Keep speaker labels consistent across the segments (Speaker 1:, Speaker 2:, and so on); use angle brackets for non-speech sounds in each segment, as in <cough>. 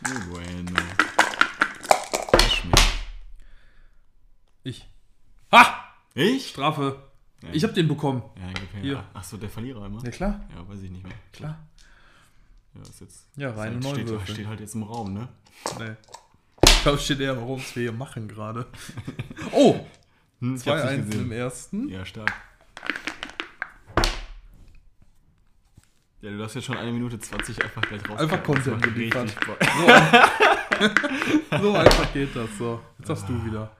Speaker 1: Muy bueno. Das schmeckt.
Speaker 2: Ich. Ha!
Speaker 1: Ich?
Speaker 2: Strafe. Ich hab den bekommen.
Speaker 1: Ja, gib her.
Speaker 2: Hier.
Speaker 1: Ach so, der Verlierer immer?
Speaker 2: Ja, klar.
Speaker 1: Ja, weiß ich nicht mehr.
Speaker 2: Klar.
Speaker 1: Ja, ist jetzt,
Speaker 2: Ja,
Speaker 1: ist
Speaker 2: reine
Speaker 1: halt, steht,
Speaker 2: Neuwürfe.
Speaker 1: steht halt jetzt im Raum, ne?
Speaker 2: Nee. Ich glaube, steht eher, warum es wir hier machen
Speaker 1: <laughs>
Speaker 2: gerade. Oh!
Speaker 1: Hm, ich hab's nicht
Speaker 2: 2-1 im
Speaker 1: gesehen. <laughs>
Speaker 2: ersten.
Speaker 1: Ja, stark. Ja, du darfst jetzt schon eine Minute 20 einfach gleich raus.
Speaker 2: Einfach Content geliefert.
Speaker 1: richtig Bock.
Speaker 2: So einfach geht das. So, jetzt hast du wieder.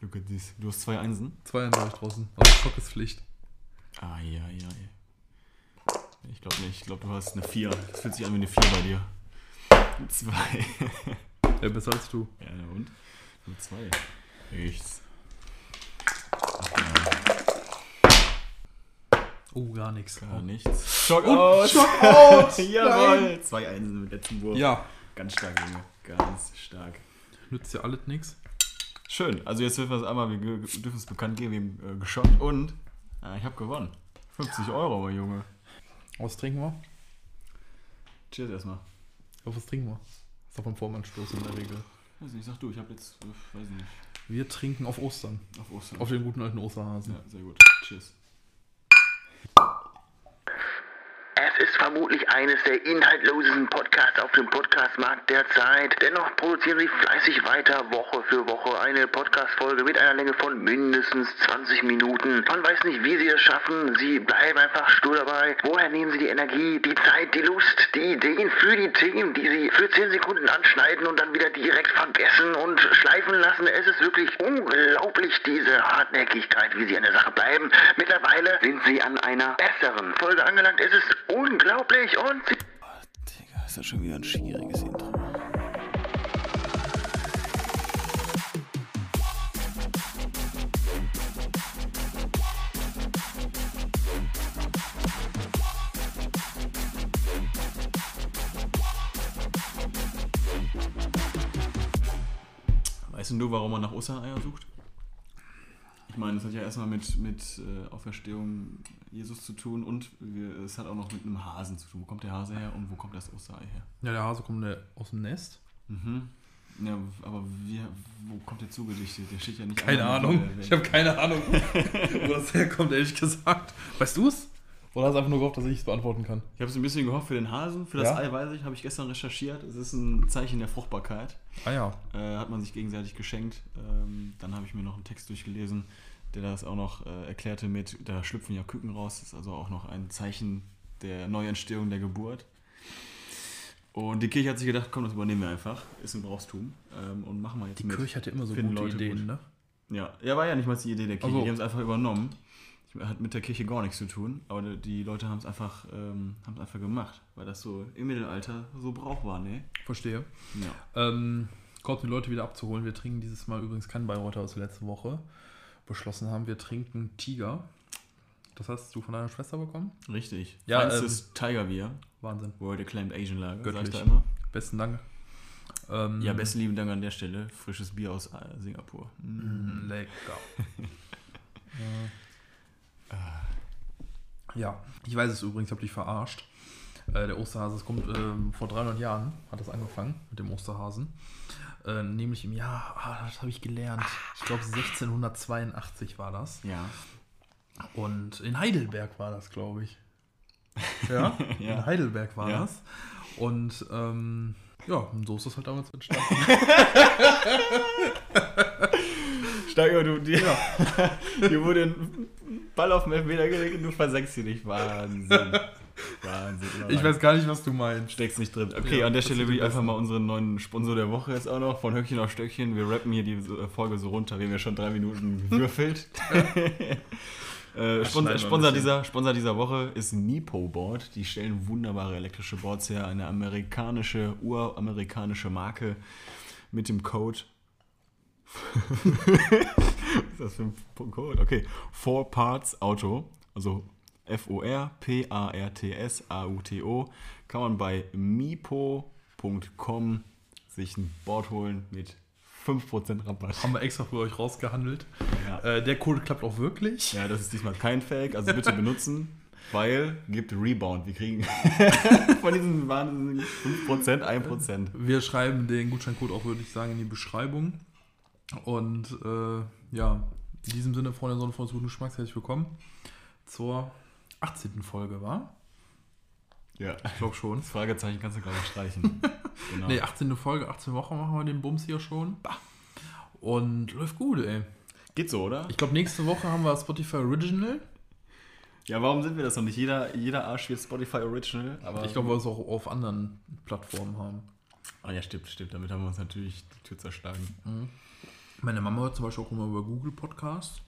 Speaker 1: Du kannst- Du hast zwei Einsen.
Speaker 2: 2-1 habe ich draußen. Aber Schock ist Pflicht.
Speaker 1: Ah, ja, ja, ja. Ich glaube nicht. Ich glaube, du hast eine 4. Das fühlt sich an wie eine 4 bei dir. Zwei. <laughs>
Speaker 2: Ja, besser als du.
Speaker 1: Ja, na und? Nur zwei. Nichts. Ach,
Speaker 2: Oh, gar nichts.
Speaker 1: ja, gar
Speaker 2: Oh.
Speaker 1: Äh, nichts. Genau. Schock
Speaker 2: Und
Speaker 1: aus! <laughs>
Speaker 2: Schockout!
Speaker 1: Jawohl! Zwei Einsen mit letzten Wurf.
Speaker 2: Ja,
Speaker 1: Ganz stark, Junge. Ganz stark.
Speaker 2: nützt ja alles nichts.
Speaker 1: Schön. Also jetzt dürfen wir es einmal, wir ge- dürfen es bekannt geben, wir haben äh, geschockt und äh, ich habe gewonnen. 50 Euro, mein Junge.
Speaker 2: Was trinken wir?
Speaker 1: Cheers erstmal.
Speaker 2: Auf was trinken wir? Ist doch beim Vormannstoß in der Regel.
Speaker 1: Weiß nicht, sag du, ich habe jetzt, äh, weiß nicht,
Speaker 2: Wir trinken auf Ostern.
Speaker 1: auf Ostern.
Speaker 2: Auf den guten alten Osterhasen.
Speaker 1: ja, sehr gut. Cheers.
Speaker 3: Es ist vermutlich eines der inhaltlosesten Podcasts auf dem Podcastmarkt derzeit. Dennoch produzieren sie fleißig weiter Woche für Woche eine Podcast-Folge mit einer Länge von mindestens 20 Minuten. Man weiß nicht, wie sie es schaffen. Sie bleiben einfach stur dabei. Woher nehmen sie die Energie, die Zeit, die Lust, die Ideen für die Themen, die sie für 10 Sekunden anschneiden und dann wieder direkt vergessen und schleifen lassen? Es ist wirklich unglaublich, diese Hartnäckigkeit, wie sie an der Sache bleiben. Mittlerweile sind sie an einer besseren Folge angelangt. Es ist unglaublich und sie
Speaker 1: Digga, ist das schon wieder ein schwieriges Intro. Weißt denn du, warum man nach Ostereier sucht? Ich meine, das hat ja erstmal mit, mit äh, Auferstehung Jesus zu tun und wir, es hat auch noch mit einem Hasen zu tun. Wo kommt der Hase her und wo kommt das Osterei her?
Speaker 2: Ja, der Hase kommt der aus dem Nest.
Speaker 1: Mhm. Ja, aber wie, wo kommt der zugedichtet? Der steht ja nicht
Speaker 2: Keine
Speaker 1: an-
Speaker 2: Ahnung.
Speaker 1: Äh,
Speaker 2: Ich habe keine Ahnung, wo <laughs> das herkommt, ehrlich gesagt. Weißt du es? Oder hast du einfach nur gehofft, dass ich es beantworten kann?
Speaker 1: Ich habe es ein bisschen gehofft für den Hasen. Für das
Speaker 2: Ja?
Speaker 1: Ei weiß ich, habe ich gestern recherchiert. Es ist ein Zeichen der Fruchtbarkeit.
Speaker 2: Ah ja.
Speaker 1: Äh, hat man sich gegenseitig geschenkt. Ähm, dann habe ich mir noch einen Text durchgelesen, der das auch noch äh, erklärte mit, da schlüpfen ja Küken raus. Das ist also auch noch ein Zeichen der Neuentstehung der Geburt. Und die Kirche hat sich gedacht, komm, das übernehmen wir einfach. Ist ein Brauchtum. Ähm, und machen wir jetzt
Speaker 2: Die
Speaker 1: mit.
Speaker 2: Kirche hatte immer so
Speaker 1: Finden
Speaker 2: gute
Speaker 1: Leute
Speaker 2: Ideen,
Speaker 1: gut.
Speaker 2: ne?
Speaker 1: Ja, ja, war ja nicht mal die Idee der Kirche.
Speaker 2: Also-
Speaker 1: Die haben es einfach übernommen. Hat mit der Kirche gar nichts zu tun, aber die Leute haben es einfach, ähm, haben's einfach gemacht, weil das so im Mittelalter so Brauch war, ne?
Speaker 2: Verstehe.
Speaker 1: Ja.
Speaker 2: Ähm, kurz um die Leute wieder abzuholen. Wir trinken dieses Mal übrigens keinen Bayreuther aus der letzten Woche. Beschlossen haben, wir trinken Tiger. Das hast du von deiner Schwester bekommen?
Speaker 1: Richtig.
Speaker 2: Ja,
Speaker 1: Feinstes
Speaker 2: ähm,
Speaker 1: ist Tiger Beer,
Speaker 2: Wahnsinn.
Speaker 1: World Acclaimed Asian Lager, sag ich
Speaker 2: Göttlich.
Speaker 1: da immer.
Speaker 2: Besten Dank. Ähm,
Speaker 1: Ja, besten lieben Dank an der Stelle. Frisches Bier aus äh, Singapur. Mm.
Speaker 2: Mm, Lecker. Äh. <laughs> ja, ich weiß es übrigens, hab dich verarscht. Äh, der Osterhase, es kommt ähm, vor 300 Jahren, hat das angefangen mit dem Osterhasen. Äh, nämlich im Jahr, ah, das habe ich gelernt, ich glaube 1682 war das.
Speaker 1: Ja.
Speaker 2: Und in Heidelberg war das, glaube ich. Ja?
Speaker 1: <laughs> Ja.
Speaker 2: in Heidelberg war
Speaker 1: Ja.
Speaker 2: das. Und ähm, ja, und so ist das halt damals entstanden.
Speaker 1: <laughs> Steiger, du, dir, <laughs> dir wurde ein Ball auf den Elfmeter gelegt und du versenkst ihn nicht. Wahnsinn.
Speaker 2: <laughs>
Speaker 1: Wahnsinn.
Speaker 2: ich weiß gar nicht, was du meinst.
Speaker 1: Steck's nicht drin. Okay,
Speaker 2: Ja,
Speaker 1: an der
Speaker 2: das
Speaker 1: Stelle
Speaker 2: sind
Speaker 1: will
Speaker 2: die
Speaker 1: ich einfach mal unseren neuen Sponsor der Woche jetzt auch noch von Höckchen auf Stöckchen. Wir rappen hier die äh, Folge so runter, wie wir schon drei
Speaker 2: <laughs>
Speaker 1: Minuten gewürfelt. äh, Sponsor,
Speaker 2: ein
Speaker 1: Sponsor,
Speaker 2: bisschen.
Speaker 1: dieser, Sponsor dieser Woche ist Nipo Board. Die stellen wunderbare elektrische Boards her. Eine amerikanische, uramerikanische Marke mit dem Code. Was ist das für ein Code? Okay. Four Parts Auto. Also F-O-R-P-A-R-T-S-A-U-T-O. Kann man bei mipo.com sich ein Board holen mit 5% Rabatt.
Speaker 2: Haben wir extra für euch rausgehandelt.
Speaker 1: Ja.
Speaker 2: Äh, der Code klappt auch wirklich.
Speaker 1: Ja, das ist diesmal kein Fake. Also bitte benutzen. Weil gibt Rebound. Wir kriegen <laughs> von diesen wahnsinnigen 5%, 1%.
Speaker 2: Wir schreiben den Gutscheincode auch, würde ich sagen, in die Beschreibung. Und äh, ja, in diesem Sinne, Freunde und Sonne, Freunde des guten Geschmacks, herzlich willkommen zur 18. Folge, war?
Speaker 1: Ja.
Speaker 2: Ich glaube schon.
Speaker 1: Das Fragezeichen kannst du gerade streichen. genau.
Speaker 2: Ne, 18. Folge, 18 Wochen machen wir den Bums hier schon. Bah. Und läuft gut, ey.
Speaker 1: Geht so, oder?
Speaker 2: Ich glaube, nächste Woche haben wir Spotify Original.
Speaker 1: Ja, warum sind wir das noch nicht? Jeder, jeder Arsch wird Spotify Original. Aber
Speaker 2: Ich glaube, wir es auch auf anderen Plattformen haben.
Speaker 1: Ah ja, stimmt, stimmt. Damit haben wir uns natürlich die Tür zerschlagen.
Speaker 2: Meine Mama hört zum Beispiel auch immer über Google Podcasts.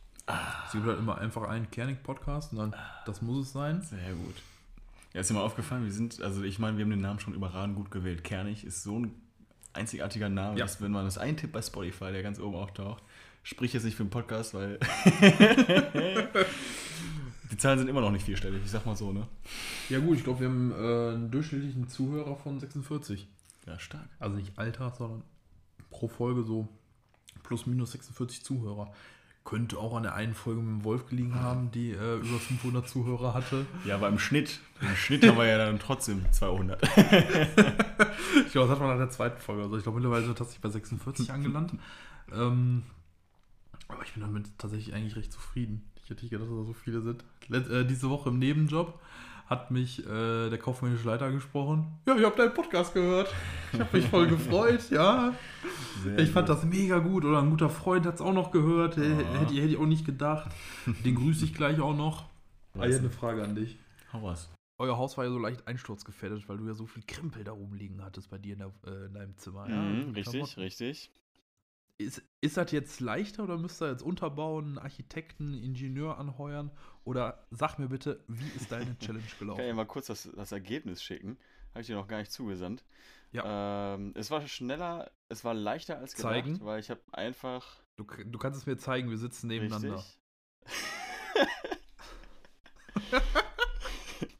Speaker 2: Sie gibt halt immer einfach einen Kernig Podcast und dann, das muss es sein.
Speaker 1: Sehr gut. Ja, ist dir mal aufgefallen, wir sind, also ich meine, wir haben den Namen schon überragend gut gewählt. Kernig ist so ein einzigartiger Name,
Speaker 2: Ja.
Speaker 1: dass wenn man das eintippt bei Spotify, der ganz oben auftaucht, spricht es nicht für den Podcast, <laughs> weil die Zahlen sind immer noch nicht vierstellig, ich sag mal so, ne?
Speaker 2: Ja, gut, ich glaube, wir haben äh, einen durchschnittlichen Zuhörer von 46.
Speaker 1: Ja, stark.
Speaker 2: Also nicht Alter, sondern pro Folge so plus minus 46 Zuhörer. Könnte auch an der einen Folge mit dem Wolf gelegen haben, die äh, über 500 Zuhörer hatte.
Speaker 1: Ja, aber im Schnitt, im Schnitt haben wir ja dann trotzdem 200.
Speaker 2: Ich glaube, das hat man nach der zweiten Folge. Also ich glaube, mittlerweile sind wir tatsächlich bei 46 angelangt. ähm, aber ich bin damit tatsächlich eigentlich recht zufrieden. Ich hätte nicht gedacht, dass da so viele sind. Let, äh, diese Woche im Nebenjob hat mich äh, der kaufmännische Leiter gesprochen. Ja, ich habe deinen Podcast gehört. Ich habe mich voll gefreut, ja.
Speaker 1: <laughs> Sehr
Speaker 2: Ich fand
Speaker 1: gut.
Speaker 2: das mega gut. Oder ein guter Freund hat es auch noch gehört. Äh,
Speaker 1: Ah.
Speaker 2: Hätte, hätte ich auch nicht gedacht. Den grüße ich gleich auch noch. Ah, ich hätte eine Frage an dich.
Speaker 1: Hau was.
Speaker 2: Euer Haus war ja so leicht einsturzgefährdet, weil du ja so viel Krempel da oben liegen hattest bei dir in, der, äh, in deinem Zimmer. ja, Klamotten.
Speaker 1: Mhm, richtig.
Speaker 2: Ist, ist das jetzt leichter oder müsst ihr jetzt unterbauen, einen Architekten, einen Ingenieur anheuern? Oder sag mir bitte, wie
Speaker 1: <laughs>
Speaker 2: ist deine Challenge
Speaker 1: Ich kann
Speaker 2: gelaufen?
Speaker 1: dir mal kurz das, das Ergebnis schicken. Habe ich dir noch gar nicht zugesandt. Ähm, es war schneller, es war leichter als gedacht,
Speaker 2: Zeigen.
Speaker 1: weil ich habe einfach
Speaker 2: Du, k- du kannst es mir zeigen, wir sitzen nebeneinander.
Speaker 1: richtig. <laughs>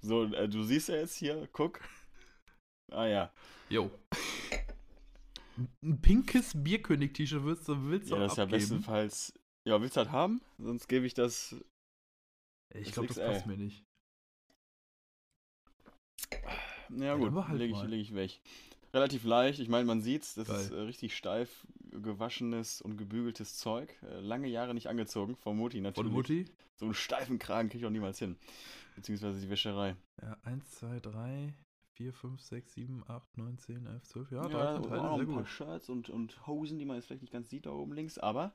Speaker 1: so, äh, du siehst ja jetzt hier, guck. Ah ja,
Speaker 2: Jo. Ein pinkes Bierkönig-T-Shirt willst du, willst du
Speaker 1: ja
Speaker 2: auch
Speaker 1: das ist ja
Speaker 2: abgeben?
Speaker 1: bestenfalls. Ja, willst du das haben? Sonst gebe ich das.
Speaker 2: Ich
Speaker 1: das
Speaker 2: glaube, das
Speaker 1: XL.
Speaker 2: passt mir nicht.
Speaker 1: Na ja,
Speaker 2: dann
Speaker 1: gut,
Speaker 2: behalt
Speaker 1: lege ich,
Speaker 2: mal.
Speaker 1: leg ich weg. Relativ leicht, ich meine, man sieht's, das ist äh,
Speaker 2: Geil.
Speaker 1: richtig steif gewaschenes und gebügeltes Zeug. Äh, lange Jahre nicht angezogen, von Mutti natürlich.
Speaker 2: Von Mutti?
Speaker 1: So einen steifen Kragen krieg ich auch niemals hin. Beziehungsweise die Wäscherei.
Speaker 2: Ja, 1, 2, 3, 4, 5, 6, 7, 8, 9, 10, 11, 12. Ja,
Speaker 1: Ja, auch
Speaker 2: 13 Teile,
Speaker 1: noch
Speaker 2: sehr
Speaker 1: ein paar
Speaker 2: gut.
Speaker 1: Shirts und, und Hosen, die man jetzt vielleicht nicht ganz sieht da oben links, aber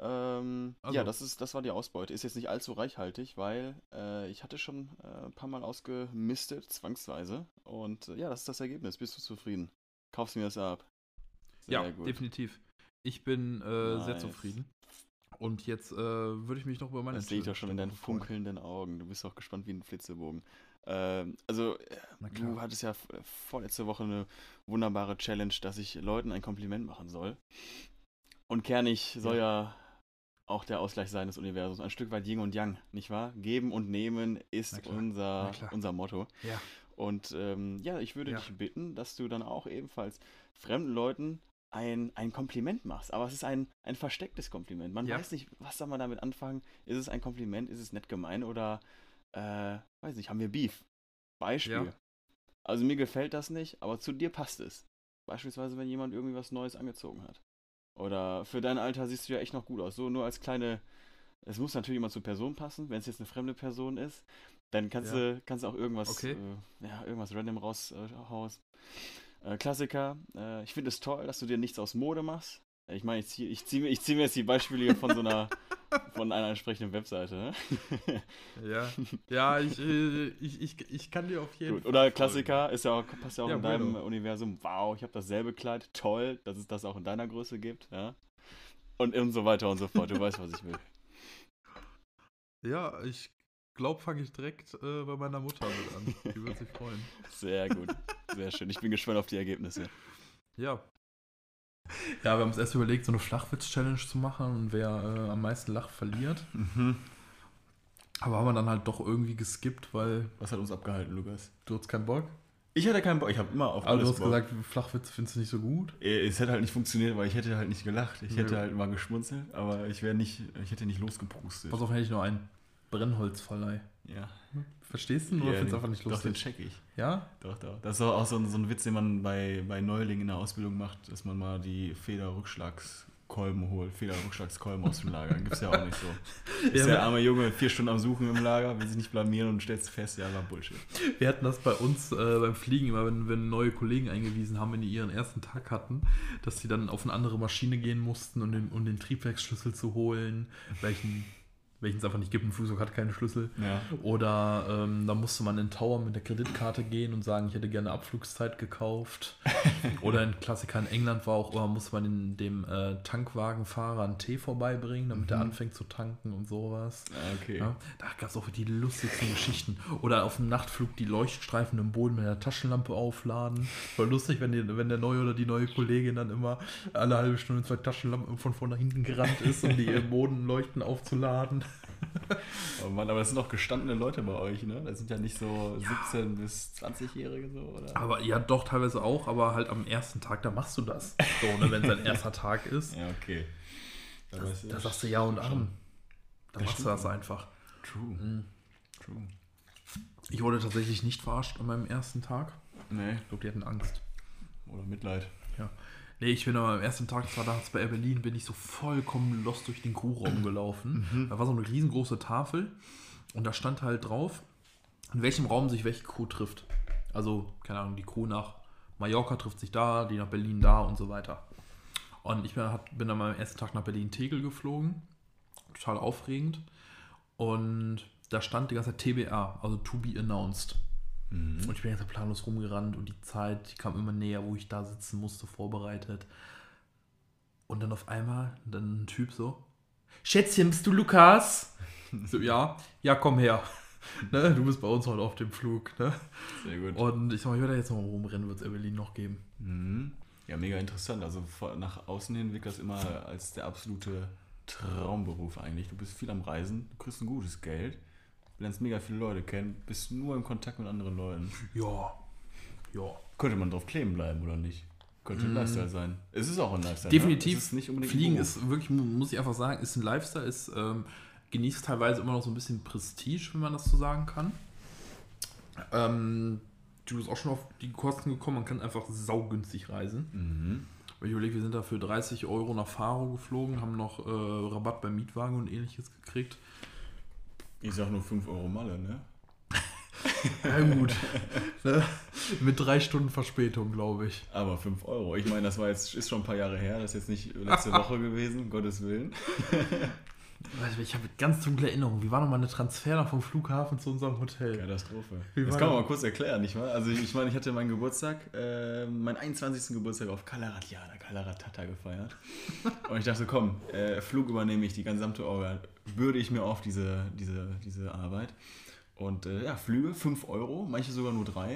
Speaker 1: ähm, ja,
Speaker 2: Also.
Speaker 1: das ist das war die Ausbeute. Ist jetzt nicht allzu reichhaltig, weil äh, ich hatte schon äh, ein paar Mal ausgemistet, zwangsweise. Und äh, ja, das ist das Ergebnis. Bist du zufrieden? Kaufst mir das ab.
Speaker 2: ja, definitiv. Ich bin äh, sehr
Speaker 1: Nice.
Speaker 2: zufrieden. Und jetzt äh, würde ich mich noch über meine
Speaker 1: Das sehe ich doch
Speaker 2: Challenge
Speaker 1: schon in deinen
Speaker 2: noch freuen.
Speaker 1: funkelnden Augen. Du bist auch gespannt wie ein Flitzebogen. Ähm, also, äh,
Speaker 2: Na klar.
Speaker 1: du hattest ja v- äh, vorletzte Woche eine wunderbare Challenge, dass ich Leuten ein Kompliment machen soll. Und Kernig soll ja. auch der Ausgleich sein des Universums. Ein Stück weit Yin und Yang, nicht wahr? Geben und nehmen
Speaker 2: Na
Speaker 1: ist
Speaker 2: klar.
Speaker 1: unser,
Speaker 2: Na klar.
Speaker 1: unser Motto.
Speaker 2: Ja.
Speaker 1: Und ähm, ja, ich würde
Speaker 2: Ja.
Speaker 1: dich bitten, dass du dann auch ebenfalls fremden Leuten ein, ein Kompliment machst. Aber es ist ein, ein verstecktes Kompliment. Man
Speaker 2: Ja.
Speaker 1: weiß nicht, was soll man damit anfangen? Ist es ein Kompliment? Ist es nett gemein? Oder, äh, weiß nicht, haben wir Beef? Beispiel.
Speaker 2: Ja.
Speaker 1: Also mir gefällt das nicht, aber zu dir passt es. Beispielsweise, wenn jemand irgendwie was Neues angezogen hat. Oder für dein Alter siehst du ja echt noch gut aus. So nur als kleine. Es muss natürlich immer zur Person passen. Wenn es jetzt eine fremde Person ist, dann kannst
Speaker 2: Ja.
Speaker 1: du kannst du auch irgendwas,
Speaker 2: Okay.
Speaker 1: äh, ja, irgendwas random raushaust. Äh, haust. äh, Klassiker. Äh, ich finde es toll, dass du dir nichts aus Mode machst. Äh, Ich meine, ich ziehe ich zieh, mir- ich zieh mir jetzt die Beispiele hier von so
Speaker 2: <laughs>
Speaker 1: einer von einer entsprechenden Webseite. Ne? <laughs>
Speaker 2: Ja, ja ich, äh, ich, ich, ich kann dir auf jeden
Speaker 1: Gut.
Speaker 2: Fall.
Speaker 1: Oder
Speaker 2: folgen.
Speaker 1: Klassiker ist ja auch, passt ja auch
Speaker 2: Ja,
Speaker 1: in deinem
Speaker 2: Bueno.
Speaker 1: Universum. Wow, ich habe dasselbe Kleid. Toll, dass es das auch in deiner Größe gibt. Ja? Und, und so weiter und so fort. Du weißt, was ich will.
Speaker 2: <laughs> Ja, ich glaube, fange ich direkt äh, bei meiner Mutter mit an. Die wird sich
Speaker 1: <laughs>
Speaker 2: freuen.
Speaker 1: Sehr gut. Sehr schön. Ich bin gespannt auf die Ergebnisse.
Speaker 2: <laughs> Ja. Ja, wir haben uns erst überlegt, so eine Flachwitz-Challenge zu machen und wer äh, am meisten lacht, verliert.
Speaker 1: Mhm.
Speaker 2: Aber haben wir dann halt doch irgendwie geskippt, weil
Speaker 1: Was hat uns abgehalten, Lukas?
Speaker 2: du hast keinen Bock.
Speaker 1: Ich hatte keinen Bock. Ich habe immer auf
Speaker 2: Aber Also, du
Speaker 1: alles
Speaker 2: hast
Speaker 1: Bock.
Speaker 2: gesagt, Flachwitze findest du nicht so gut.
Speaker 1: Äh, Es hätte halt nicht funktioniert, weil ich hätte halt nicht gelacht. Ich
Speaker 2: Nö.
Speaker 1: hätte halt mal geschmunzelt, aber ich wäre nicht, ich hätte nicht losgepustet.
Speaker 2: Also, Pass auf, hätte ich nur einen. Brennholzverleih.
Speaker 1: Ja.
Speaker 2: Verstehst du ihn oder
Speaker 1: ja, den-
Speaker 2: findest du einfach nicht
Speaker 1: Doch, den
Speaker 2: lustig?
Speaker 1: check ich.
Speaker 2: Ja?
Speaker 1: Doch, doch. Das ist doch auch so ein, so ein Witz, den man bei, bei Neulingen in der Ausbildung macht, dass man mal die Federrückschlagskolben holt, Federrückschlagskolben aus dem Lager. Gibt's ja auch nicht so. Ist
Speaker 2: Ja,
Speaker 1: der
Speaker 2: aber-
Speaker 1: arme Junge vier Stunden am Suchen im Lager, will sich nicht blamieren und stellst fest, ja, war Bullshit.
Speaker 2: Wir hatten das bei uns äh, beim Fliegen immer, wenn, wenn neue Kollegen eingewiesen haben, wenn die ihren ersten Tag hatten, dass sie dann auf eine andere Maschine gehen mussten, um den, um den Triebwerksschlüssel zu holen, welchen welchen es einfach nicht gibt. Ein Flugzeug hat keinen Schlüssel.
Speaker 1: Ja.
Speaker 2: Oder ähm, da musste man in den Tower mit der Kreditkarte gehen und sagen, ich hätte gerne Abflugszeit gekauft. Oder ein Klassiker in England war auch, immer, musste man in dem äh, Tankwagenfahrer einen Tee vorbeibringen, damit er anfängt zu tanken und sowas.
Speaker 1: Ah, Okay.
Speaker 2: Ja, da gab es auch die lustigsten Geschichten. Oder auf dem Nachtflug die Leuchtstreifen im Boden mit einer Taschenlampe aufladen. War lustig, wenn, die, wenn der neue oder die neue Kollegin dann immer alle halbe Stunde zwei Taschenlampen von vorne nach hinten gerannt ist, um die im Boden leuchten aufzuladen.
Speaker 1: Oh Mann, aber das sind auch gestandene Leute bei euch, ne? Das sind ja nicht so 17- bis 20-Jährige so, oder?
Speaker 2: Aber ja, doch, teilweise auch, aber halt am ersten Tag, da machst du das. So, ne, wenn es dein erster Tag ist,
Speaker 1: Ja, okay. Da weißt du-
Speaker 2: da sagst du Ja und Arm. Da
Speaker 1: Das
Speaker 2: machst du
Speaker 1: stimmt.
Speaker 2: das einfach.
Speaker 1: True. True.
Speaker 2: Ich wurde tatsächlich nicht verarscht an meinem ersten Tag.
Speaker 1: Nee,
Speaker 2: Ich glaube, die hatten Angst.
Speaker 1: oder Mitleid.
Speaker 2: Ja. Nee, ich bin aber am ersten Tag, das war damals bei Air Berlin, bin ich so vollkommen lost durch den Kuhraum gelaufen. Da war so eine riesengroße Tafel und da stand halt drauf, in welchem Raum sich welche Crew trifft. Also, keine Ahnung, die Crew nach Mallorca trifft sich da, die nach Berlin da und so weiter. Und ich bin, hab- bin dann am ersten Tag nach Berlin-Tegel geflogen. Total aufregend. Und da stand die ganze Zeit TBA, also To Be Announced. Und ich bin ganz planlos rumgerannt und die Zeit die kam immer näher, wo ich da sitzen musste, vorbereitet. Und dann auf einmal, dann ein Typ so: Schätzchen, bist du Lukas? Ich <laughs> so, ja, ja, komm her. <laughs> Ne, du bist bei uns heute auf dem Flug. Ne?
Speaker 1: Sehr gut.
Speaker 2: Und ich sag mal, ich werde jetzt noch mal rumrennen, wird es in Berlin noch geben.
Speaker 1: Mhm. Ja, mega interessant. Also vor- nach außen hin wirkt das immer als der absolute Traumberuf eigentlich. Du bist viel am Reisen, du kriegst ein gutes Geld, lernst mega viele Leute kennen, bist nur im Kontakt mit anderen Leuten.
Speaker 2: Ja, ja.
Speaker 1: Könnte man drauf kleben bleiben oder nicht? Könnte ein Lifestyle sein. Es ist auch ein Lifestyle.
Speaker 2: Hm. Definitiv.
Speaker 1: Ne? Es ist nicht unbedingt ein
Speaker 2: Fliegen
Speaker 1: Beruf.
Speaker 2: ist wirklich, mu- muss ich einfach sagen, ist ein Lifestyle, ist, ähm, genießt teilweise immer noch so ein bisschen Prestige, wenn man das so sagen kann. Ähm, du bist auch schon auf die Kosten gekommen, man kann einfach saugünstig reisen.
Speaker 1: Mhm.
Speaker 2: Wenn ich überlege, wir sind da für 30 Euro nach Faro geflogen, haben noch äh, Rabatt beim Mietwagen und ähnliches gekriegt.
Speaker 1: Ich sag nur 5 Euro Malle, ne?
Speaker 2: Ja gut, <laughs> ne? mit drei Stunden Verspätung, glaube ich.
Speaker 1: Aber 5 Euro. Ich meine, das war jetzt, ist schon ein paar Jahre her, das ist jetzt nicht
Speaker 2: <laughs>
Speaker 1: letzte Woche gewesen, um Gottes Willen.
Speaker 2: Weiß nicht, Ich habe ganz dunkle Erinnerungen. Wie war nochmal eine Transfer vom Flughafen zu unserem Hotel?
Speaker 1: Katastrophe.
Speaker 2: Wie
Speaker 1: Das
Speaker 2: war
Speaker 1: kann
Speaker 2: das?
Speaker 1: man mal kurz erklären, nicht wahr? Also ich, ich meine, ich hatte meinen Geburtstag, äh, meinen 21. Geburtstag auf Kalaratjada, Kalaratata
Speaker 2: <laughs>
Speaker 1: gefeiert. Und ich dachte, komm, äh, Flug übernehme ich, die gesamte Orga, bürde ich mir auf diese, diese, diese Arbeit. Und äh, ja, Flüge, 5 Euro, manche sogar nur 3.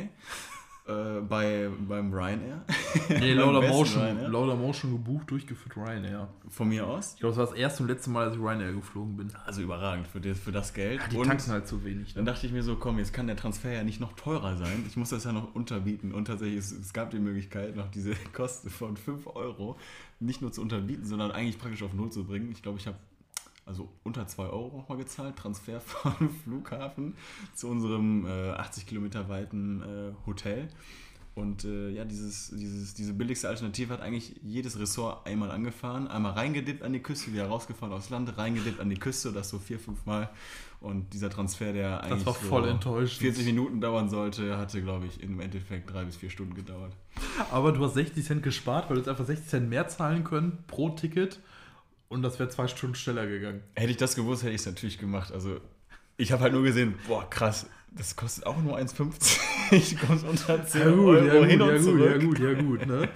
Speaker 1: Äh, bei, beim Ryanair. <laughs>
Speaker 2: Nee,
Speaker 1: Beim
Speaker 2: Lauder
Speaker 1: besten
Speaker 2: Motion,
Speaker 1: Ryanair.
Speaker 2: Lauder Motion gebucht, durchgeführt Ryanair.
Speaker 1: Von mir aus.
Speaker 2: Ich glaube, das war das erste und letzte Mal, dass ich Ryanair geflogen bin.
Speaker 1: Also überragend für das, für das Geld.
Speaker 2: Ah, Die
Speaker 1: Und-
Speaker 2: tanken halt zu wenig.
Speaker 1: Dann dachte ich mir so, komm, jetzt kann der Transfer ja nicht noch teurer sein. Ich muss das ja noch unterbieten. Und tatsächlich, es, es gab die Möglichkeit, noch diese <laughs> Kosten von 5 Euro nicht nur zu unterbieten, sondern eigentlich praktisch auf Null zu bringen. Ich glaube, ich habe also unter 2 Euro nochmal gezahlt. Transfer <laughs> vom Flughafen zu unserem äh, 80 Kilometer weiten äh, Hotel. Und äh, ja, dieses, dieses, diese billigste Alternative hat eigentlich jedes Ressort einmal angefahren, einmal reingedippt an die Küste, wieder rausgefahren aufs Land, reingedippt an die Küste, das so vier, fünf Mal. Und dieser Transfer, der eigentlich
Speaker 2: war voll
Speaker 1: so
Speaker 2: enttäuschend.
Speaker 1: 40 Minuten dauern sollte, hatte, glaube ich, im Endeffekt drei bis vier Stunden gedauert.
Speaker 2: Aber du hast 60 Cent gespart, weil du jetzt einfach 60 Cent mehr zahlen können pro Ticket. Und das wäre zwei Stunden schneller gegangen.
Speaker 1: Hätte ich das gewusst, hätte ich es natürlich gemacht. Also, ich habe halt nur gesehen, boah, krass, das kostet auch nur <laughs> 1,50. Du kommst unter 10 Euro hin und
Speaker 2: ja, gut,
Speaker 1: zurück.
Speaker 2: ja gut, ja gut, ne?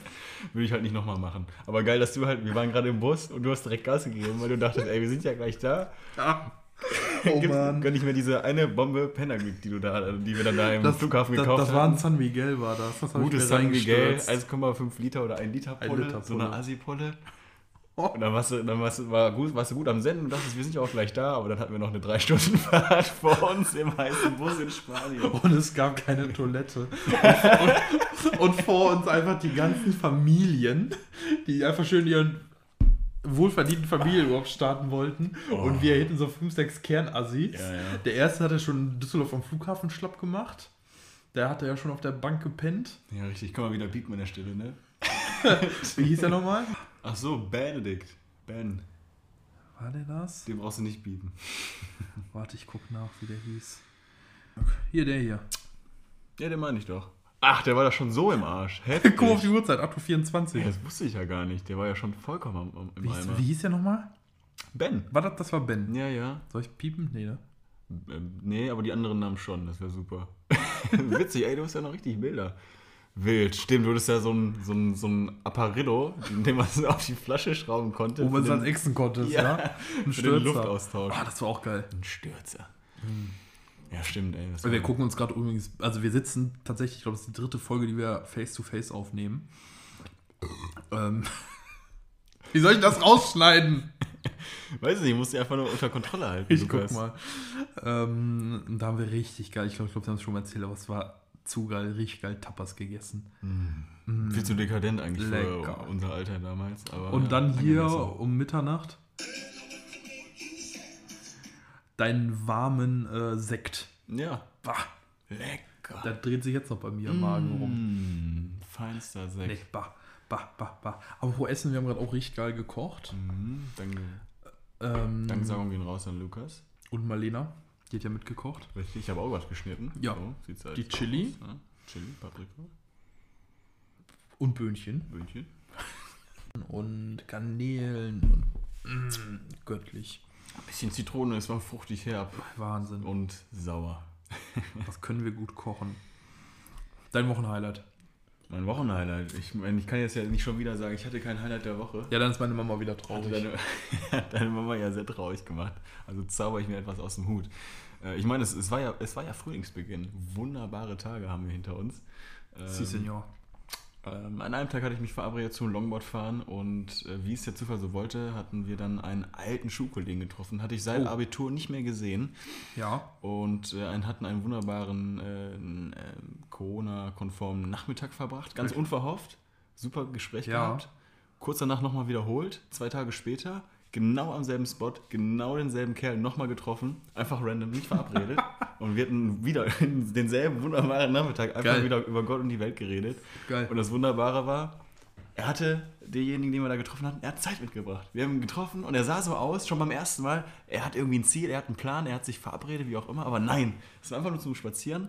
Speaker 1: Würde ich halt nicht nochmal machen. Aber geil, dass du halt, wir waren gerade im Bus und du hast direkt Gas gegeben, weil du dachtest, ey, wir sind ja gleich da.
Speaker 2: Ah. <laughs> Oh
Speaker 1: Gibt's-
Speaker 2: Mann.
Speaker 1: Gönn ich mir diese eine Bombe Pennerglück, die du da, also die wir dann da im
Speaker 2: Das,
Speaker 1: Flughafen
Speaker 2: das,
Speaker 1: gekauft
Speaker 2: das war ein San Miguel, war das. das hab ich
Speaker 1: Gutes
Speaker 2: mir
Speaker 1: San Miguel,
Speaker 2: reingestürzt.
Speaker 1: 1,5 Liter oder 1 Liter
Speaker 2: Ein
Speaker 1: Pulle,
Speaker 2: Liter
Speaker 1: so eine
Speaker 2: Pulle. Oh.
Speaker 1: Assi-Pulle. Und dann, warst du, dann warst, du, war gut, warst du gut am Senden und dachtest, wir sind ja auch gleich da, aber dann hatten wir noch eine 3-Stunden-Fahrt vor uns im heißen Bus in Spanien.
Speaker 2: Und es gab keine Toilette. Und, und, und vor uns einfach die ganzen Familien, die einfach schön ihren wohlverdienten Familie überhaupt starten wollten.
Speaker 1: Oh.
Speaker 2: Und wir hinten so fünf, sechs Kernassis.
Speaker 1: Ja, ja.
Speaker 2: Der erste hatte schon Düsseldorf am Flughafen schlapp gemacht. Der hatte ja schon auf der Bank gepennt.
Speaker 1: Ja, richtig. Komm mal wieder Beatman an der Stelle, ne?
Speaker 2: Wie
Speaker 1: <laughs>
Speaker 2: hieß der nochmal?
Speaker 1: Ach so, Benedict. Ben.
Speaker 2: War der das?
Speaker 1: Den brauchst du nicht bieten.
Speaker 2: Warte, ich guck nach, wie der hieß. Hier, der hier.
Speaker 1: Ja, den meine ich doch. Ach, der war da schon so im
Speaker 2: <laughs>
Speaker 1: Arsch. Heftig.
Speaker 2: Guck mal auf die Uhrzeit, 8.24
Speaker 1: ja,
Speaker 2: Uhr.
Speaker 1: das wusste ich ja gar nicht. Der war ja schon vollkommen am- am- im
Speaker 2: Wie, hieß-
Speaker 1: Eimer.
Speaker 2: wie hieß der nochmal?
Speaker 1: Ben.
Speaker 2: War das, das war Ben.
Speaker 1: Ja, ja.
Speaker 2: Soll ich piepen? Nee, ne?
Speaker 1: Ähm, nee, aber die anderen Namen schon. Das wäre super. <laughs> Witzig, ey, du hast ja noch richtig Bilder. Wild, stimmt. Du hattest ja so ein, so ein, so ein Apparillo, den man so auf die Flasche schrauben konnte.
Speaker 2: Wo man
Speaker 1: für
Speaker 2: es
Speaker 1: den-
Speaker 2: dann exen konnte,
Speaker 1: Ja.
Speaker 2: ja? Ein
Speaker 1: Für den Luftaustausch.
Speaker 2: Ah, das war auch geil.
Speaker 1: Ein Stürzer.
Speaker 2: Hm.
Speaker 1: Ja, stimmt, ey. Das
Speaker 2: Wir
Speaker 1: war-
Speaker 2: gucken uns gerade übrigens, also wir sitzen tatsächlich, ich glaube, das ist die dritte Folge, die wir face-to-face aufnehmen. ähm. <laughs> Wie soll ich das rausschneiden?
Speaker 1: Weiß nicht, ich muss die einfach nur unter Kontrolle halten.
Speaker 2: Ich guck
Speaker 1: Lukas.
Speaker 2: mal. Ähm, und da haben wir richtig geil, ich glaube, ich glaub, wir haben es schon mal erzählt, aber es war zu geil, richtig geil Tapas gegessen.
Speaker 1: Viel zu dekadent eigentlich für
Speaker 2: Lecker.
Speaker 1: unser Alter damals. Aber
Speaker 2: Und
Speaker 1: ja,
Speaker 2: dann hier
Speaker 1: angemessen.
Speaker 2: um Mitternacht deinen warmen äh, Sekt.
Speaker 1: Ja,
Speaker 2: Bah,
Speaker 1: lecker.
Speaker 2: da dreht sich jetzt noch bei mir im Magen rum.
Speaker 1: Mm, feinster Sekt.
Speaker 2: Nee, bah, bah, bah, bah. Aber wo essen? Wir haben gerade auch richtig geil gekocht.
Speaker 1: Mhm, danke.
Speaker 2: Ähm,
Speaker 1: Danksagung gehen raus an Lukas.
Speaker 2: und Marlena, die hat ja mitgekocht.
Speaker 1: Richtig, ich habe auch was geschnitten.
Speaker 2: Ja.
Speaker 1: So, sieht's halt
Speaker 2: Die Chili.
Speaker 1: Aus, ne? Chili, Paprika,
Speaker 2: Und Böhnchen.
Speaker 1: Bündchen.
Speaker 2: Und Garnelen. Und, mm, göttlich.
Speaker 1: Ein bisschen Zitrone, es war fruchtig herb
Speaker 2: Wahnsinn.
Speaker 1: und sauer.
Speaker 2: Das können wir gut kochen. Dein Wochenhighlight.
Speaker 1: Mein Wochenhighlight. Ich meine, ich kann jetzt ja nicht schon wieder sagen, ich hatte kein Highlight der Woche.
Speaker 2: Ja, dann ist meine Mama wieder
Speaker 1: Hatte
Speaker 2: traurig.
Speaker 1: Also deine, <laughs> hat deine Mama ja sehr traurig gemacht. Also zauber ich mir etwas aus dem Hut. Äh, Ich meine, es, es, war ja, es war ja Frühlingsbeginn. Wunderbare Tage haben wir hinter uns. Ähm,
Speaker 2: Si, Senor.
Speaker 1: Ähm, an einem Tag hatte ich mich verabredet zum Longboardfahren und äh, wie es der Zufall so wollte, hatten wir dann einen alten Schulkollegen getroffen. Hatte ich seit
Speaker 2: Oh.
Speaker 1: Abitur nicht mehr gesehen
Speaker 2: Ja.
Speaker 1: und äh, einen, hatten einen wunderbaren äh, n- äh, Corona-konformen Nachmittag verbracht. Ganz unverhofft. Super Gespräch
Speaker 2: Ja.
Speaker 1: gehabt. Kurz danach nochmal wiederholt. Zwei Tage später. Genau am selben Spot, genau denselben Kerl nochmal getroffen, einfach random, nicht
Speaker 2: <laughs>
Speaker 1: verabredet. und wir hatten wieder <laughs> denselben wunderbaren Nachmittag, einfach
Speaker 2: Geil.
Speaker 1: wieder über Gott und die Welt geredet.
Speaker 2: Geil.
Speaker 1: Und das Wunderbare war, er hatte, derjenige, den wir da getroffen hatten, er hat Zeit mitgebracht. Wir haben ihn getroffen und er sah so aus, schon beim ersten Mal, er hat irgendwie ein Ziel, er hat einen Plan, er hat sich verabredet, wie auch immer, aber nein, es war einfach nur zum Spazieren.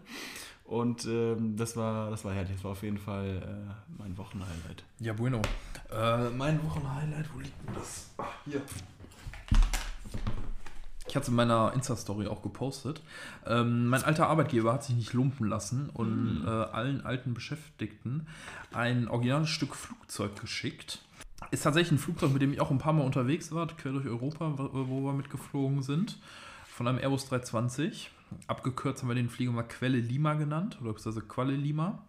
Speaker 1: Und ähm, das war, das war herrlich, das war auf jeden Fall äh, mein Wochenhighlight.
Speaker 2: Ja, bueno. Äh, mein Wochenhighlight, wo liegt denn das? Ah, hier. Ich hatte es in meiner Insta-Story auch gepostet. Ähm, mein alter Arbeitgeber hat sich nicht lumpen lassen und äh, allen alten Beschäftigten ein originales Stück Flugzeug geschickt. Ist tatsächlich ein Flugzeug, mit dem ich auch ein paar Mal unterwegs war, quer durch Europa, wo wo wir mitgeflogen sind. Von einem Airbus 320. Abgekürzt haben wir den Flieger mal Quelle Lima genannt, oder beziehungsweise Qualle Lima.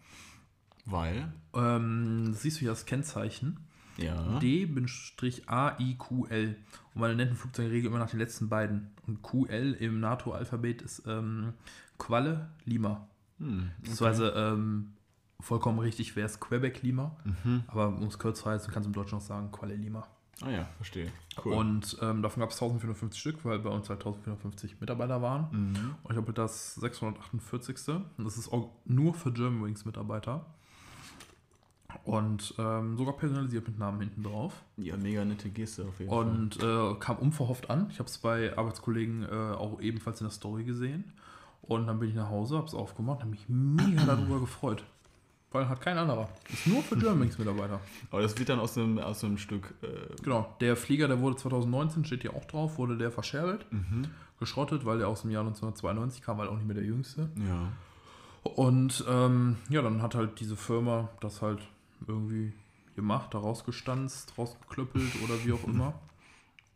Speaker 1: Weil?
Speaker 2: Ähm, das siehst du hier das Kennzeichen.
Speaker 1: Ja.
Speaker 2: D-AIQL. Und meine netten Flugzeuge regeln immer nach den letzten beiden. Und QL im NATO-Alphabet ist ähm, Qualle Lima.
Speaker 1: Hm.
Speaker 2: Beziehungsweise ähm, vollkommen richtig wäre es Quebec Lima.
Speaker 1: Mhm.
Speaker 2: Aber um es kurz zu halten, kannst du im Deutschen noch sagen Qualle Lima.
Speaker 1: Ah ja, verstehe. Cool.
Speaker 2: Und ähm, davon gab es 1450 Stück, weil bei uns halt 1450 Mitarbeiter waren.
Speaker 1: mhm.
Speaker 2: Und ich habe das 648. Und das ist auch nur für Germanwings Mitarbeiter. Und ähm, sogar personalisiert mit Namen hinten drauf.
Speaker 1: Ja, mega nette Geste auf jeden Fall.
Speaker 2: Und äh, kam unverhofft an. Ich habe es bei Arbeitskollegen äh, auch ebenfalls in der Story gesehen. Und dann bin ich nach Hause, habe es aufgemacht, habe mich mega darüber gefreut. Weil hat kein anderer. Ist nur für Germanwings-Mitarbeiter.
Speaker 1: Aber das wird dann aus einem, aus einem Stück. Äh,
Speaker 2: Genau. Der Flieger, der wurde 2019, steht hier auch drauf, wurde der verscherbelt, geschrottet, weil der aus dem Jahr 1992 kam, weil auch nicht mehr der jüngste.
Speaker 1: ja.
Speaker 2: Und ähm, ja, dann hat halt diese Firma das halt irgendwie gemacht, da rausgestanzt, rausgeklöppelt oder wie auch immer.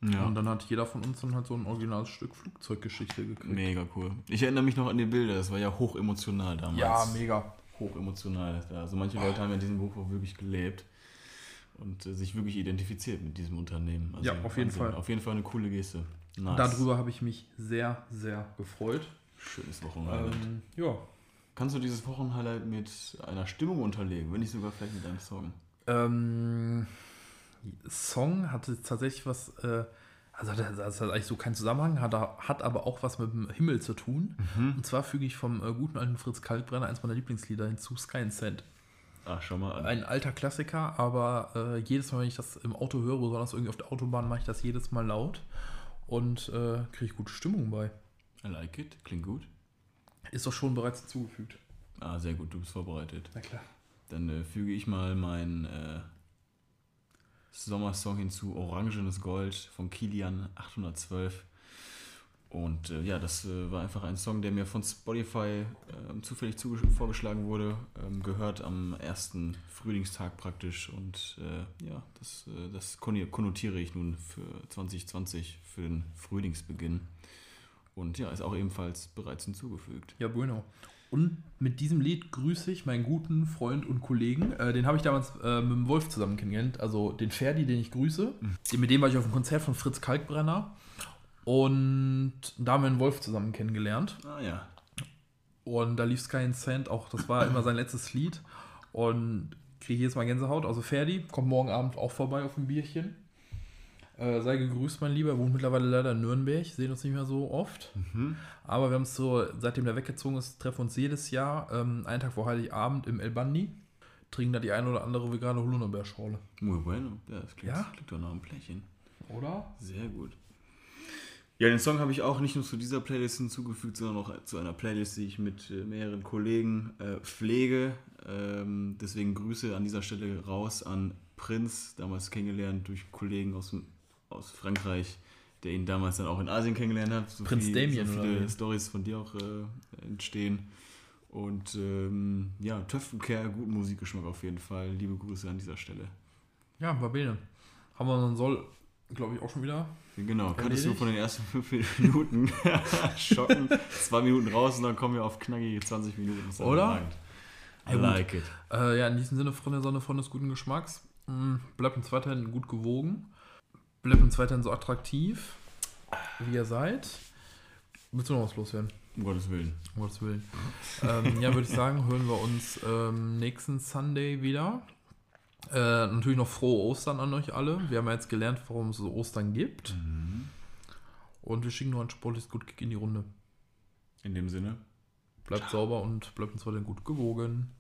Speaker 1: ja.
Speaker 2: Und dann hat jeder von uns dann halt so ein originales Stück Flugzeuggeschichte gekriegt.
Speaker 1: Mega cool. Ich erinnere mich noch an die Bilder, das war ja hochemotional damals.
Speaker 2: mega.
Speaker 1: hochemotional. Also manche Leute haben ja diesen Beruf auch wirklich gelebt und äh, sich wirklich identifiziert mit diesem Unternehmen. Also
Speaker 2: Ja, auf jeden Fall.
Speaker 1: Auf jeden Fall eine coole Geste. Nice.
Speaker 2: Darüber habe ich mich sehr, sehr gefreut.
Speaker 1: Schönes Wochenhighlight.
Speaker 2: Ähm, ja.
Speaker 1: Kannst du dieses Wochenhighlight mit einer Stimmung unterlegen, wenn nicht sogar vielleicht mit einem Song?
Speaker 2: Ähm, Song hatte tatsächlich was, äh, also das, das hat eigentlich so keinen Zusammenhang, hat, a- hat aber auch was mit dem Himmel zu tun. Und zwar füge ich vom äh, guten alten Fritz Kalkbrenner eins meiner Lieblingslieder hinzu, Sky and Sand.
Speaker 1: Ach, Ah, schau mal an.
Speaker 2: Ein alter Klassiker, aber äh, jedes Mal, wenn ich das im Auto höre, besonders irgendwie auf der Autobahn, mache ich das jedes Mal laut und äh, kriege ich gute Stimmung bei.
Speaker 1: I like it, klingt gut.
Speaker 2: Ist doch schon bereits hinzugefügt.
Speaker 1: Ah, sehr gut, du bist vorbereitet.
Speaker 2: Na klar.
Speaker 1: Dann äh, füge ich mal meinen äh, Sommersong hinzu, Orangenes Gold von Kilian 812. Und äh, ja, das äh, war einfach ein Song, der mir von Spotify ähm, zufällig zugesch- vorgeschlagen wurde, ähm, gehört am ersten Frühlingstag praktisch. Und äh, ja, das, äh, das konno- konnotiere ich nun für 2020, für den Frühlingsbeginn. Und ja, ist auch ebenfalls bereits hinzugefügt.
Speaker 2: Ja, bueno. Und mit diesem Lied grüße ich meinen guten Freund und Kollegen. Äh, den habe ich damals äh, mit dem Wolf zusammen kennengelernt. Also den Ferdi, den ich grüße. Den, mit dem war ich auf dem Konzert von Fritz Kalkbrenner. Und da haben wir den Wolf zusammen kennengelernt.
Speaker 1: Ah ja,
Speaker 2: Und da lief Sky and Sand auch. Das war immer sein letztes Lied. Und kriege jedes Mal Gänsehaut. Also Ferdi kommt morgen Abend auch vorbei auf ein Bierchen. Äh, sei gegrüßt, mein Lieber. Wohnt mittlerweile leider in Nürnberg. Sehen uns nicht mehr so oft. Aber wir haben es so, seitdem der weggezogen ist, treffen uns jedes Jahr ähm, einen Tag vor Heiligabend im El Bandi. Trinken da die ein oder andere vegane Holunderbeerschorle.
Speaker 1: muy bueno. Ja, das klingt,
Speaker 2: Ja?
Speaker 1: Das klingt doch nach einem Plächchen.
Speaker 2: Oder?
Speaker 1: Sehr gut. Ja, den Song habe ich auch nicht nur zu dieser Playlist hinzugefügt, sondern auch zu einer Playlist, die ich mit äh, mehreren Kollegen äh, pflege. Ähm, deswegen Grüße an dieser Stelle raus an Prinz, damals kennengelernt durch Kollegen aus, dem- aus Frankreich, der ihn damals dann auch in Asien kennengelernt hat. So
Speaker 2: Prinz
Speaker 1: viel-
Speaker 2: Damien,
Speaker 1: So
Speaker 2: oder
Speaker 1: viele
Speaker 2: wie?
Speaker 1: Stories von dir auch äh, entstehen. Und ähm, ja, Töpfenkerl, guten Musikgeschmack auf jeden Fall. Liebe Grüße an dieser Stelle.
Speaker 2: Ja, Babene. Haben wir unseren Soll, glaube ich, auch schon wieder.
Speaker 1: Genau, könntest du
Speaker 2: Erledigt?
Speaker 1: von den ersten <laughs> fünf Minuten schocken, zwei Minuten raus und dann kommen wir auf knackige 20 Minuten. Ist
Speaker 2: Oder?
Speaker 1: hervorragend. I like it.
Speaker 2: Äh, ja, in diesem Sinne, Freunde der Sonne, Freunde des guten Geschmacks. Mm, Bleibt uns weiterhin gut gewogen. Bleibt uns weiterhin so attraktiv, wie ihr seid. Willst du noch was loswerden?
Speaker 1: Um Gottes Willen.
Speaker 2: Um Gottes Willen. ähm, ja, würde ich sagen, hören wir uns ähm, nächsten Sunday wieder. Äh, natürlich noch frohe Ostern an euch alle. Wir haben ja jetzt gelernt, warum es so Ostern gibt. Und wir schicken noch einen sportliches Good Kick in die Runde.
Speaker 1: In dem Sinne.
Speaker 2: Bleibt sauber und bleibt uns weiterhin gut gewogen.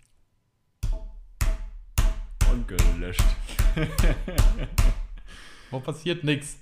Speaker 1: Und gelöscht.
Speaker 2: Noch passiert nichts.